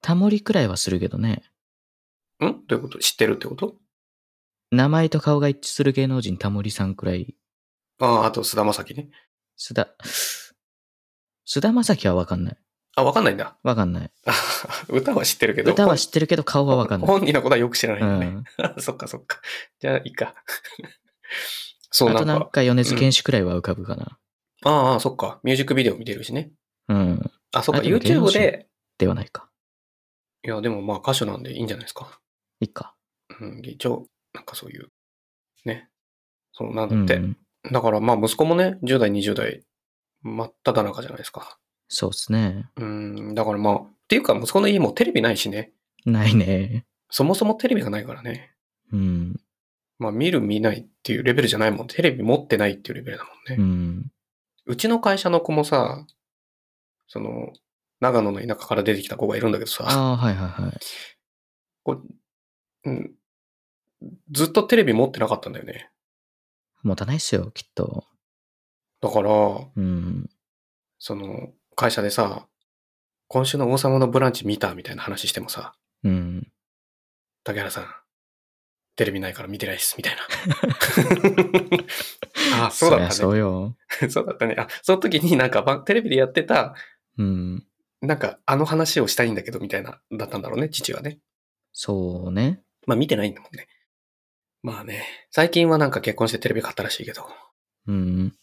Speaker 2: タモリくらいはするけどね。
Speaker 1: う。んどういうこと知ってるってこと
Speaker 2: 名前と顔が一致する芸能人タモリさんくらい。
Speaker 1: ああ、あと菅田将暉ね。
Speaker 2: 須田、須田まさきはわかんない。
Speaker 1: あ、わかんないんだ。
Speaker 2: わかんない。
Speaker 1: 歌は知ってるけど。
Speaker 2: 歌は知ってるけど顔はわかんない。
Speaker 1: 本人のことはよく知らないんだね。
Speaker 2: う ん。
Speaker 1: そっかそっか。じゃあ、いいか。 そう
Speaker 2: あ
Speaker 1: な
Speaker 2: と
Speaker 1: ん
Speaker 2: なん
Speaker 1: か。
Speaker 2: か米津玄師くらいは浮かぶかな。
Speaker 1: ああ、そっか。ミュージックビデオ見てるしね。
Speaker 2: うん。
Speaker 1: あ、そっ
Speaker 2: あ
Speaker 1: か。
Speaker 2: でも芸能
Speaker 1: YouTube
Speaker 2: 人
Speaker 1: で。
Speaker 2: ではないか。
Speaker 1: いや、でもまあ歌手なんでいいんじゃないですか。
Speaker 2: いいか。
Speaker 1: うん、一応、なんかそういう、ね。そうなん
Speaker 2: う
Speaker 1: だっ
Speaker 2: んう
Speaker 1: て。
Speaker 2: ん。
Speaker 1: だからまあ息子もね、10代、20代、真っ只中じゃないですか。
Speaker 2: そうっすね。
Speaker 1: うん、だからまあ、っていうか息子の家もテレビないしね。
Speaker 2: ないね。
Speaker 1: そもそもテレビがないからね。
Speaker 2: うん。
Speaker 1: まあ見る見ないっていうレベルじゃないもん。テレビ持ってないっていうレベルだもんね。
Speaker 2: うん。
Speaker 1: うちの会社の子もさ、その、長野の田舎から出てきた子がいるんだけどさ、
Speaker 2: ああー、はいはいはい。
Speaker 1: こううん、ずっとテレビ持ってなかったんだよね。
Speaker 2: 持たないっすよ、きっと。
Speaker 1: だから、
Speaker 2: うん。
Speaker 1: その、会社でさ、今週の王様のブランチ見たみたいな話してもさ、
Speaker 2: うん。
Speaker 1: 竹原さん、テレビないから見てないっす、みたいな。 あ、そうだ
Speaker 2: り
Speaker 1: っ
Speaker 2: ゃ
Speaker 1: た
Speaker 2: そ
Speaker 1: ね。
Speaker 2: うよ。
Speaker 1: そうだったね。あ、その時になんかばテレビでやってた、
Speaker 2: うん。
Speaker 1: なんかあの話をしたいんだけど、みたいな、だったんだろうね、父はね。
Speaker 2: そうね。
Speaker 1: まあ見てないんだもんね。まあね、最近はなんか結婚してテレビ買ったらしいけど、
Speaker 2: うん。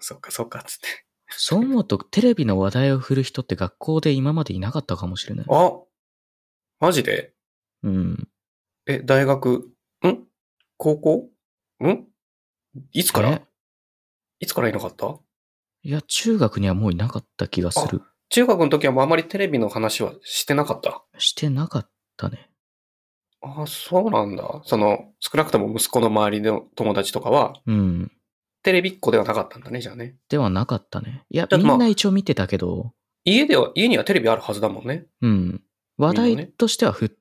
Speaker 1: そうかそうか、つって。
Speaker 2: そう思うと、テレビの話題を振る人って学校で今までいなかったかもしれない。
Speaker 1: あマジで
Speaker 2: うん。
Speaker 1: え、大学ん高校んいつから
Speaker 2: え
Speaker 1: いつからいなかった
Speaker 2: いや、中学にはもういなかった気がする。
Speaker 1: 中学の時はもうあまりテレビの話はしてなかった。
Speaker 2: してなかったね。
Speaker 1: ああ、そうなんだ。その、少なくとも息子の周りの友達とかは、
Speaker 2: うん。
Speaker 1: テレビっ子ではなかったんだね、じゃあね。
Speaker 2: ではなかったね。いや、
Speaker 1: ちょっとまあ
Speaker 2: みんな一応見てたけど、
Speaker 1: 家では、家にはテレビあるはずだもんね。
Speaker 2: うん。話
Speaker 1: みんなね
Speaker 2: 題としては振っ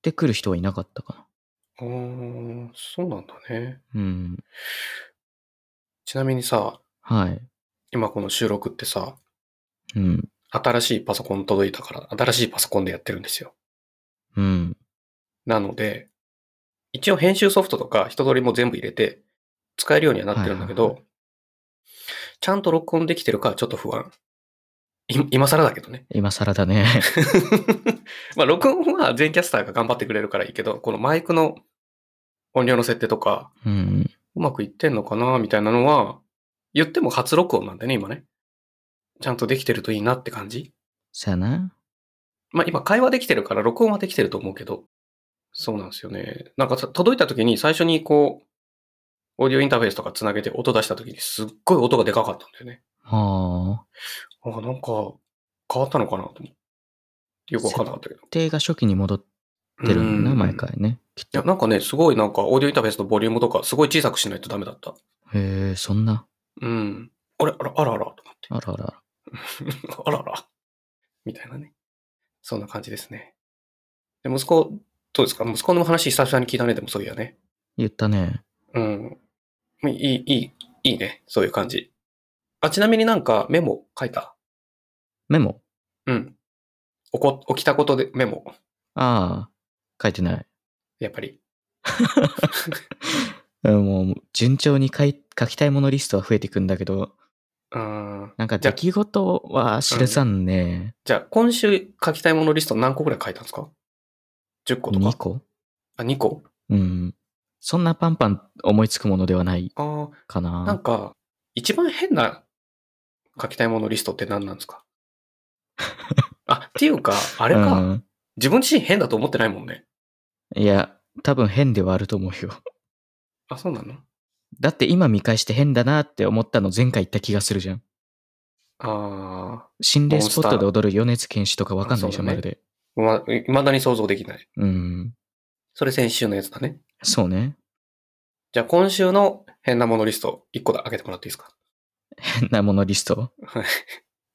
Speaker 2: てくる人はいなかったか
Speaker 1: うーん、そうなんだね。
Speaker 2: な。うん。
Speaker 1: ちなみにさ、
Speaker 2: はい。
Speaker 1: 今この収録ってさ、
Speaker 2: うん。
Speaker 1: 新しいパソコン届いたから、新しいパソコンでやってるんですよ。
Speaker 2: うん。
Speaker 1: なので、一応編集ソフトとか人通りも全部入れて、使えるようにはなってるんだけど、
Speaker 2: はいは
Speaker 1: ちゃんと録音できてるかはちょっと不安。い今更だけどね。
Speaker 2: 今更だね。
Speaker 1: まあ、録音は全キャスターが頑張ってくれるからいいけど、このマイクの音量の設定とか、
Speaker 2: うん。
Speaker 1: うまくいってんのかなみたいなのは、言っても初録音なんだよね、今ね。ちゃんとできてるといいなって感じ。
Speaker 2: さあな。
Speaker 1: まあ今会話できてるから録音はできてると思うけど、そうなんですよね。なんかさ届いた時に最初にこう、オーディオインターフェースとかつなげて音出した時にすっごい音がでかかったんだよね。
Speaker 2: はあ。
Speaker 1: ああ、なんか変わったのかなと思って。よくわかんなかったけど。
Speaker 2: 定が初期に戻ってるんだ
Speaker 1: う
Speaker 2: な、毎回ね。きっ
Speaker 1: い
Speaker 2: と。
Speaker 1: や、なんかね、すごいなんかオーディオインターフェースのボリュームとかすごい小さくしないとダメだった。
Speaker 2: へえ、そんな。
Speaker 1: うん。あれ、あら、あらあら、と思って。
Speaker 2: あらあら。
Speaker 1: あらあら。みたいなね。そんな感じですね。で、息子、どうですか息子の話久々に聞いたね、でもそういやね。
Speaker 2: 言ったね。
Speaker 1: うん。いい、いい、いいね。そういう感じ。あ、ちなみになんかメモ書いた
Speaker 2: メモ
Speaker 1: うん。起こ、起きたことでメモ。
Speaker 2: ああ、書いてない。
Speaker 1: やっぱり。
Speaker 2: うんもう、順調に書い書きたいものリストは増えていくんだけど、
Speaker 1: うーん。
Speaker 2: なんか
Speaker 1: じゃ
Speaker 2: 出来事は知れさんね。
Speaker 1: じゃあ、今週書きたいものリスト何個ぐらい書いたんですか ?10 個と
Speaker 2: 2
Speaker 1: か。
Speaker 2: 個
Speaker 1: あ、2個
Speaker 2: うん。そんなパンパン思いつくものではない
Speaker 1: あ
Speaker 2: か
Speaker 1: あ、なん
Speaker 2: な。
Speaker 1: か、一番変な書きたいものリストって何なんです かあ、っていうか、あ
Speaker 2: あ
Speaker 1: れか、自分自身変だと思ってないもんね。
Speaker 2: いや、多分変ではあると思うよ。
Speaker 1: あ、そうなの
Speaker 2: だって今見返して変だなって思ったの前回言った気がするじゃん。
Speaker 1: あ
Speaker 2: 心霊スポット
Speaker 1: モン
Speaker 2: で踊る米津玄師とかわかんないでしょ、
Speaker 1: あそうだね
Speaker 2: まるで。
Speaker 1: あ、ま、未だに想像できない。
Speaker 2: うん。
Speaker 1: それ先週のやつだね。
Speaker 2: そうね。
Speaker 1: じゃあ今週の変なものリスト1個だ開けてもらっていいですか
Speaker 2: 変なものリスト。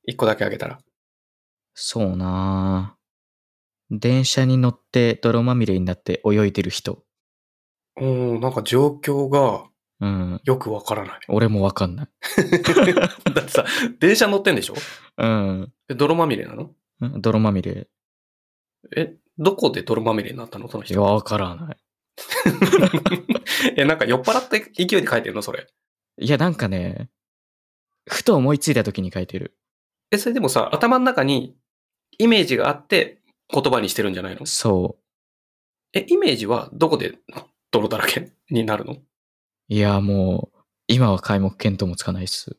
Speaker 1: ?1 個だけ開けたら。
Speaker 2: そうなぁ電車に乗って泥まみれになって泳いでる人。
Speaker 1: うーん、なんか状況が
Speaker 2: うん。
Speaker 1: よくわから ない。
Speaker 2: 俺もわかんない。
Speaker 1: だってさ、電車乗ってんでしょ
Speaker 2: うん。
Speaker 1: で泥まみれなの
Speaker 2: 泥まみれ。
Speaker 1: え、どこで泥まみれになったのその
Speaker 2: い
Speaker 1: 人。
Speaker 2: や、わからない。
Speaker 1: え、なんか酔っ払った勢いで書いてるのそれ。
Speaker 2: いや、なんかね、ふと思いついた時に書いてる。
Speaker 1: え、それでもさ、頭の中にイメージがあって言葉にしてるんじゃないの
Speaker 2: そ
Speaker 1: え、イメージはどこで泥だらけになるの
Speaker 2: う。いや、もう、今は皆目見当もつかないっす。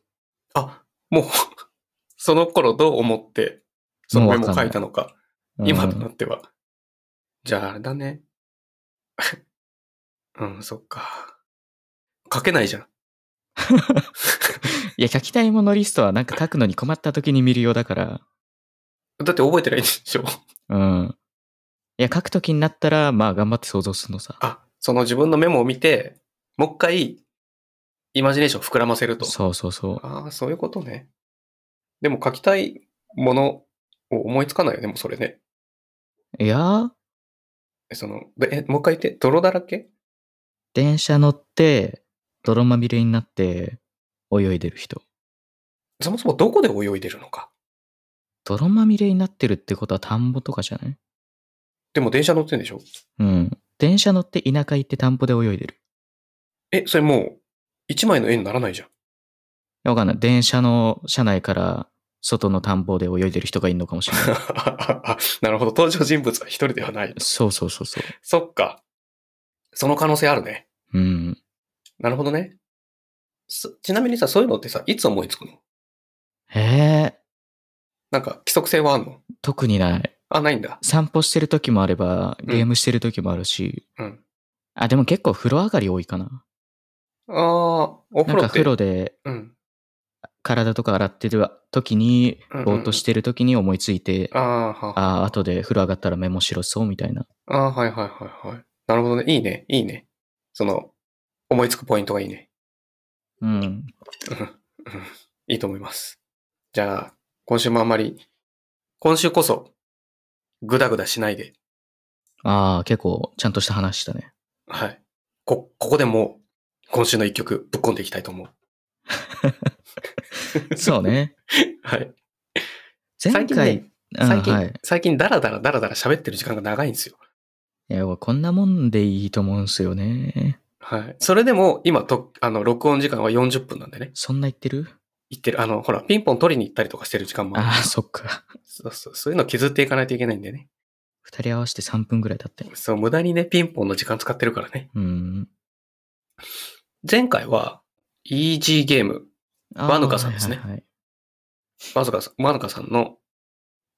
Speaker 1: あ、もう、 その頃どう思って、そのメモ書いたのか。
Speaker 2: うん
Speaker 1: 今となっては。じゃああれだね。 うん、そっか。書けないじゃん。
Speaker 2: いや、書きたいものリストはなんか書くのに困った時に見るようだから。
Speaker 1: だって覚えてないでしょ。
Speaker 2: うん。いや、書く時になったら、まあ、頑張って想像するのさ。
Speaker 1: あ、その自分のメモを見て、もう一回、イマジネーション膨らませると。
Speaker 2: そうそうそう。
Speaker 1: ああ、そういうことね。でも書きたいものを思いつかないよね、もうそれね。
Speaker 2: いやー
Speaker 1: えその、でえ、もう一回言って、泥だらけ
Speaker 2: 電車乗って、泥まみれになって、泳いでる人。
Speaker 1: そもそもどこで泳いでるのか。
Speaker 2: 泥まみれになってるってことは田んぼとかじゃない
Speaker 1: でも電車乗ってんでしょ
Speaker 2: うん。電車乗って田舎行って田んぼで泳いでる。
Speaker 1: え、それもう、一枚の絵にならないじゃん。
Speaker 2: いやわかんない。電車の車内から外の田んぼで泳いでる人がいるのかもし れない。
Speaker 1: なるほど。登場人物は一人ではない。
Speaker 2: そうそうそうそう。
Speaker 1: そっか。その可能性あるね。
Speaker 2: うん。
Speaker 1: なるほどね。そちなみにさ、そういうのってさ、いつ思いつくの
Speaker 2: へえ、
Speaker 1: なんか、規則性はあんの
Speaker 2: 特にない。
Speaker 1: あ、ないんだ。
Speaker 2: 散歩してる時もあれば、ゲームしてる時もあるし。
Speaker 1: うん。
Speaker 2: あ、でも結構風呂上がり多いかな。
Speaker 1: ああ、お風
Speaker 2: なん
Speaker 1: 呂
Speaker 2: か
Speaker 1: って。
Speaker 2: 風呂で
Speaker 1: うん。
Speaker 2: 体とか洗ってる時に
Speaker 1: うんう、んう
Speaker 2: ぼ
Speaker 1: ん
Speaker 2: ーっとしてる時に思いついて、
Speaker 1: ああ、は
Speaker 2: ああ、後で風呂上がったらメモしろそうみたいな。
Speaker 1: ああ、はいはいはいはい。なるほどね。いいね。いいね。その、思いつくポイントがいいね。
Speaker 2: うん。
Speaker 1: うんうんいいと思います。じゃあ、今週もあんまり、今週こそ、ぐだぐだしないで、
Speaker 2: ああ、結構ちゃんとした話したね。
Speaker 1: はい。こ、ここでもう、今週の一曲ぶっ込んでいきたいと思う。
Speaker 2: そうね。
Speaker 1: はい。
Speaker 2: 前
Speaker 1: 最近ね
Speaker 2: 回、うん
Speaker 1: 最近、
Speaker 2: はい。
Speaker 1: 最近ダラダラダラダラ喋ってる時間が長いんですよ。
Speaker 2: いや、こんなもんでいいと思うんすよね。
Speaker 1: はい。それでも、今と、あの、録音時間は40分なんでね。
Speaker 2: そんな言ってる
Speaker 1: 言ってる。あの、ほら、ピンポン取りに行ったりとかしてる時間もある
Speaker 2: ああ、そっか。
Speaker 1: そうそう。そういうの削っていかないといけないんでね。
Speaker 2: 二人合わせて3分ぐらい経って。
Speaker 1: そう、無駄にね、ピンポンの時間使ってるからね。
Speaker 2: うん。
Speaker 1: 前回は、イージーゲーム、
Speaker 2: あー
Speaker 1: 和ぬかさんですね
Speaker 2: はいはいはい
Speaker 1: まずかさん、まぬかさんの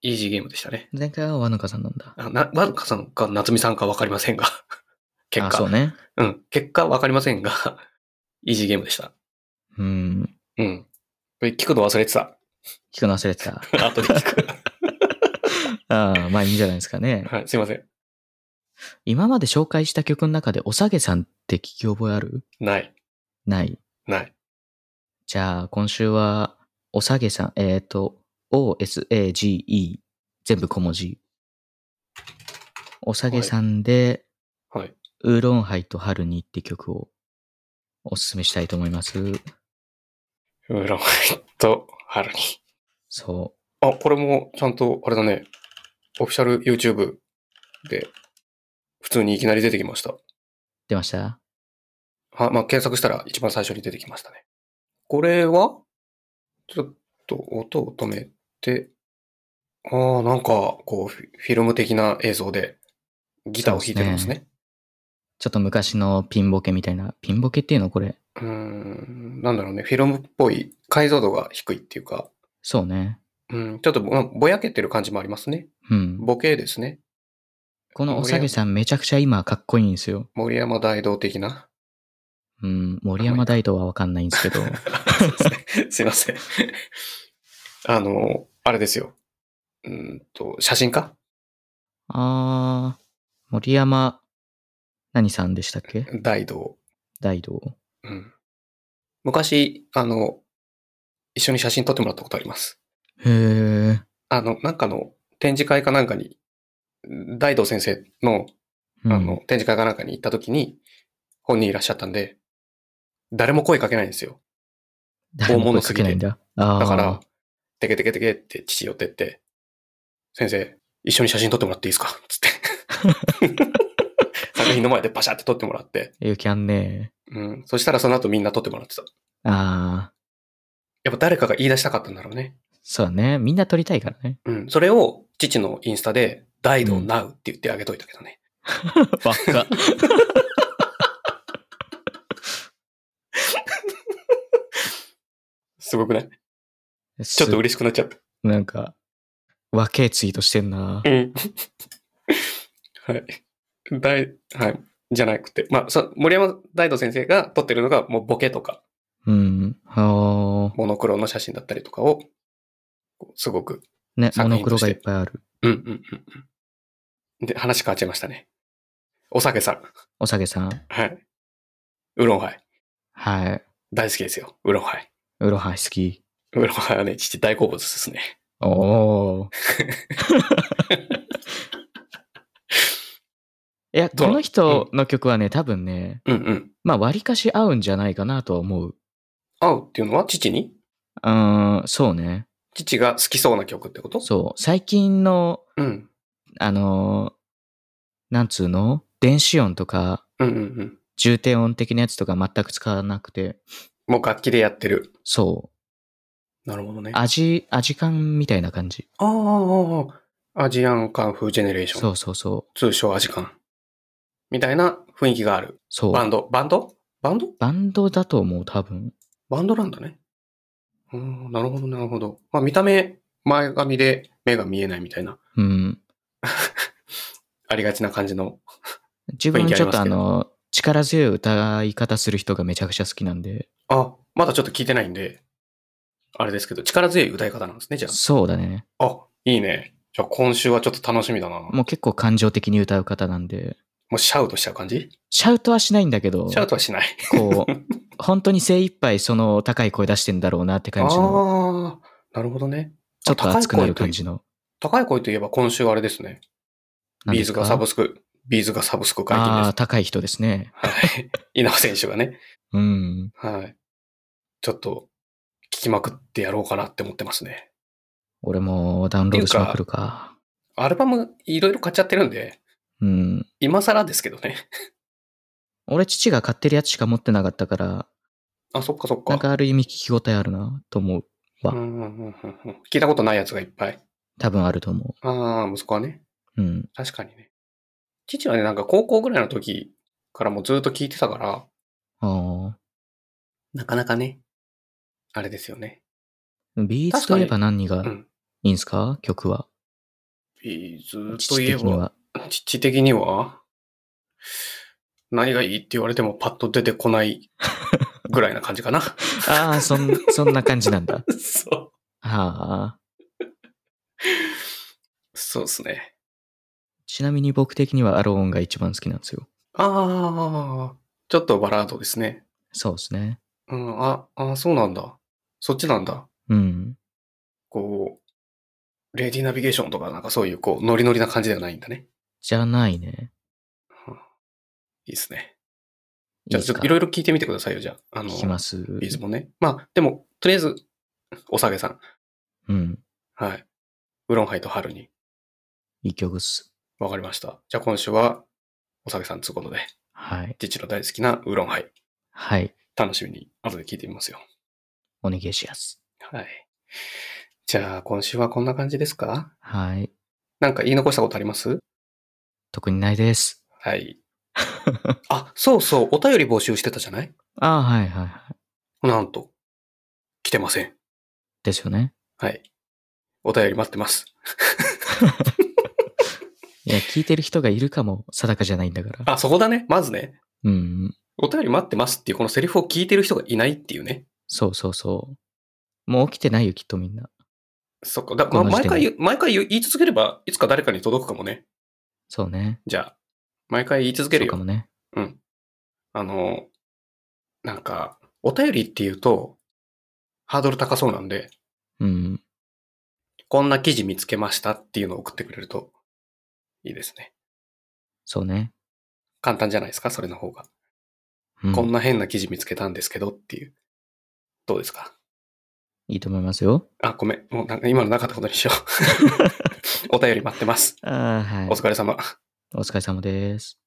Speaker 1: イージーゲームでしたね。
Speaker 2: 前回は和ぬかさんなんだ。
Speaker 1: あな、まぬかさんか夏美さんかわかりませんが。 結
Speaker 2: あ
Speaker 1: 果
Speaker 2: そうね。
Speaker 1: うん。結果わかりませんが、 イージーゲームでした。
Speaker 2: うん。
Speaker 1: うん。これ聞くの忘れてた。
Speaker 2: 聞くの忘れてた。
Speaker 1: 後で聞 く。
Speaker 2: ああ、まあいいんじゃないですかね。
Speaker 1: はい、すいません。
Speaker 2: 今まで紹介した曲の中で、おさげさんって聞き覚えある
Speaker 1: ない。
Speaker 2: ない。
Speaker 1: ない。
Speaker 2: じゃあ、今週は、おさげさん、えっ、ー、と、OSAGE、全部小文字。おさげさんで、
Speaker 1: はい。
Speaker 2: ウーロンハイと春にって曲をおすすめしたいと思います。
Speaker 1: ウーロンハイ と春に。
Speaker 2: そ
Speaker 1: あ、これもちゃんと、あれだね。オフィシャル YouTube で、普通にいきなり出てきました。
Speaker 2: う、出ました
Speaker 1: は、まあ、検索したら一番最初に出てきましたね。これはちょっと音を止めて、ああ、なんか、こう、フィフィルム的な映像でギターを弾いてるんですね。
Speaker 2: ちょっと昔のピンボケみたいな、ピンボケっていうのこれ。
Speaker 1: うーん、なんだろうね。フィルムっぽい解像度が低いっていうか、
Speaker 2: そうね。
Speaker 1: うん、ちょっとぼぼやけてる感じもありますね。
Speaker 2: うん。
Speaker 1: ボケですね。
Speaker 2: このおさげさんめちゃくちゃ今かっこいいんですよ。
Speaker 1: 森山大道的な。
Speaker 2: うん。森山大道はわかんないんで すけど。
Speaker 1: すいません。あの、あれですよ。うーんと、写真家
Speaker 2: あー、森山、何さんでしたっけ
Speaker 1: 大道。
Speaker 2: 大道。
Speaker 1: うん。昔、あの、一緒に写真撮ってもらったことあります。
Speaker 2: へー。
Speaker 1: あの、なんかの展示会かなんかに、大道先生の、
Speaker 2: うん
Speaker 1: あの、展示会かなんかに行った時に、本人いらっしゃったんで、誰も声かけないんですよ。
Speaker 2: 誰も
Speaker 1: 大物
Speaker 2: 声
Speaker 1: す
Speaker 2: か
Speaker 1: ぎて
Speaker 2: けないんだ。あー
Speaker 1: だから、テケテケテケって父寄ってって、先生、一緒に写真撮ってもらっていいですか つって。 作品の前でパシャって撮ってもらって、
Speaker 2: ゆきゃんね
Speaker 1: うん。そしたらその後みんな撮ってもらってた。
Speaker 2: あ
Speaker 1: やっぱ誰かが言い出したかったんだろうね。
Speaker 2: ー、そうだね。みんな撮りたいからね。
Speaker 1: うん。それを父のインスタで、大道ナウって言ってあげといたけどね。
Speaker 2: ばっ か。
Speaker 1: すごくないち
Speaker 2: ち
Speaker 1: ょっと嬉しくなっちゃった。
Speaker 2: なんか、和系ツイートしてんな。
Speaker 1: うん。 はい。大、はい。じゃなくて。まあ、そ森山大道先生が撮ってるのが、もうボケとか、
Speaker 2: うん。あ
Speaker 1: モノクロの写真だったりとかを、こうすごく。
Speaker 2: ー。ね、モ
Speaker 1: 作
Speaker 2: ノ
Speaker 1: 品
Speaker 2: ク
Speaker 1: と
Speaker 2: ロ
Speaker 1: して
Speaker 2: がいっぱいある。
Speaker 1: うんうんうんうん。で、話変わっちゃいましたね。お酒さん。
Speaker 2: おさげさん。
Speaker 1: はい。ウーロンハイ。
Speaker 2: はい。
Speaker 1: 大好きですよ。ウーロンハイ。
Speaker 2: ウロハイ好き。
Speaker 1: ウーロンハイはね、父大好物ですね。
Speaker 2: お ー。いや、
Speaker 1: どう
Speaker 2: この人の曲はね、多分ね、
Speaker 1: うんうん。
Speaker 2: まあ、割かし合うんじゃないかなとは思う。
Speaker 1: 合うっていうのは父に
Speaker 2: うーん、そうね。
Speaker 1: 父が好きそうな曲ってこと
Speaker 2: そう。最近の、
Speaker 1: うん。
Speaker 2: あのーなんつうの電子音とか、
Speaker 1: うんうんうん。
Speaker 2: 重低音的なやつとか全く使わなくて、
Speaker 1: もう楽器でやってる。
Speaker 2: そう。
Speaker 1: なるほどねあ
Speaker 2: 味、味感みたいな感じ。
Speaker 1: あー、アジアンカンフージェネレーション。
Speaker 2: そうそうそう。
Speaker 1: 通称アジカン。みたいな雰囲気がある。
Speaker 2: そう。
Speaker 1: バンド。バンドバンド
Speaker 2: バンドだと思う、多分。
Speaker 1: バンドなんだね。うーん、なるほど、なるほど。まあ、見た目、前髪で目が見えないみたいな、
Speaker 2: うん。
Speaker 1: ありがちな感じの。
Speaker 2: 自
Speaker 1: 雰
Speaker 2: 分
Speaker 1: 囲気あ
Speaker 2: ち
Speaker 1: り
Speaker 2: ょ
Speaker 1: ます
Speaker 2: っとあ
Speaker 1: けど
Speaker 2: の、力強い歌い方する人がめちゃくちゃ好きなんで。
Speaker 1: あ、まだちょっと聞いてないんで、あれですけど、力強い歌い方なんですね、じゃ
Speaker 2: そうだね。
Speaker 1: あ。あ、いいね。じゃあ今週はちょっと楽しみだな。も
Speaker 2: もう結構感情的に歌う方なんで。
Speaker 1: うシャウトしちゃう感じ
Speaker 2: シャウトはしないんだけど、
Speaker 1: シャウトはしない。
Speaker 2: こう、本当に精一杯その高い声出してんだろうなって感 じの、
Speaker 1: ああ、なるほどね。
Speaker 2: ちょっと熱くなる感じの。
Speaker 1: 高い声といえば今週あれですね。ビーズがサブ
Speaker 2: ス
Speaker 1: スク、ビーズがサブスク解禁
Speaker 2: あ
Speaker 1: で
Speaker 2: あー、
Speaker 1: す。
Speaker 2: 高い人ですね。
Speaker 1: はい。稲尾選手がね。
Speaker 2: うん。
Speaker 1: はい。ちょっと聞きまくってやろうかなって思ってますね。
Speaker 2: 俺もダウンロードしまくるか。
Speaker 1: アルバムいろいろ買っちゃってるんで、
Speaker 2: うん。
Speaker 1: 今更ですけどね。
Speaker 2: 俺父が買ってるやつしか持ってなかったから、
Speaker 1: あ、そっかそっか。
Speaker 2: なんかある意味聞き応えあるなと思う。
Speaker 1: うんうんうんうんうん聞いたことないやつがいっぱい。
Speaker 2: 多分あると思
Speaker 1: ああ、息子はね。
Speaker 2: う。うん。
Speaker 1: 確かにね。父はね、なんか高校ぐらいの時からもうずっと聞いてたから、
Speaker 2: ああ。
Speaker 1: なかなかね、あれですよね。
Speaker 2: ビーズといえば何が
Speaker 1: うん。
Speaker 2: いいんすか曲は。
Speaker 1: ビーズ
Speaker 2: 父
Speaker 1: といえ
Speaker 2: 的に
Speaker 1: ば、
Speaker 2: は。
Speaker 1: 父的には、何がいいって言われてもパッと出てこないぐらいな感じかな。
Speaker 2: ああ、そん、 そんな感じなんだ。
Speaker 1: そう。
Speaker 2: はあ。
Speaker 1: そうですね。
Speaker 2: ちなみに僕的にはアローンが一番好きなんですよ。
Speaker 1: ああ、ちょっとバラードですね。
Speaker 2: そうですね。
Speaker 1: うん、あ、あそうなんだ。そっちなんだ。
Speaker 2: うん。
Speaker 1: こう、レディナビゲーションとかなんかそういうこう、ノリノリな感じではないんだね。
Speaker 2: じゃないね。
Speaker 1: いいですね。
Speaker 2: い
Speaker 1: じゃあ
Speaker 2: いっ
Speaker 1: ち
Speaker 2: す
Speaker 1: ょっ
Speaker 2: か
Speaker 1: といろいろ聞いてみてくださいよ、じゃあ。あの、
Speaker 2: 聞きます。
Speaker 1: ビーズもね。まあ、でも、とりあえず、おさげさん。
Speaker 2: うん。
Speaker 1: はい。ウロンハイと春に。
Speaker 2: いい曲っす。
Speaker 1: わかりました。じゃあ今週は、おさげさんということで、
Speaker 2: はい。
Speaker 1: 父の大好きなウロンハイ。
Speaker 2: はい。
Speaker 1: 楽しみに、後で聞いてみますよ。
Speaker 2: お願いしやす。
Speaker 1: はい。じゃあ今週はこんな感じですか
Speaker 2: はい。
Speaker 1: なんか言い残したことあります
Speaker 2: 特にないです。
Speaker 1: はい。あ、そうそう、お便り募集してたじゃない
Speaker 2: ああ、はいはいはい。
Speaker 1: なんと、来てません。
Speaker 2: ですよね。
Speaker 1: はい。お便り待ってます。
Speaker 2: いや、聞いてる人がいるかも定かじゃないんだから。
Speaker 1: あ、そこだね。まずね。
Speaker 2: うん。
Speaker 1: お便り待ってますっていうこのセリフを聞いてる人がいないっていうね。
Speaker 2: そうそうそう。もう起きてないよ、きっとみんな。
Speaker 1: そっか。だま
Speaker 2: こ
Speaker 1: あ、
Speaker 2: の時
Speaker 1: 毎
Speaker 2: 点で
Speaker 1: 回言う、毎回言う言い続ければ、いつか誰かに届くかもね。
Speaker 2: そうね。
Speaker 1: じゃあ、毎回言い続ける
Speaker 2: そうか
Speaker 1: よ。
Speaker 2: もね。
Speaker 1: あの、なんか、お便りっていうと、ハードル高そうなんで、
Speaker 2: うん。
Speaker 1: こんな記事見つけましたっていうのを送ってくれると、いいですね。
Speaker 2: そうね。
Speaker 1: 簡単じゃないですか、それの方が。
Speaker 2: うん、
Speaker 1: こんな変な記事見つけたんですけどっていう。どうですか
Speaker 2: いいと思いますよ。
Speaker 1: あ、ごめん。もうなんか今のなかったことにしよ う。お便り待ってます。
Speaker 2: ああ、はい
Speaker 1: お。疲れ様。
Speaker 2: お疲れ様です。